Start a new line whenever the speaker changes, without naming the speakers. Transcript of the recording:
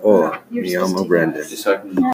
Olá, me chamo Brandon.
Just so I can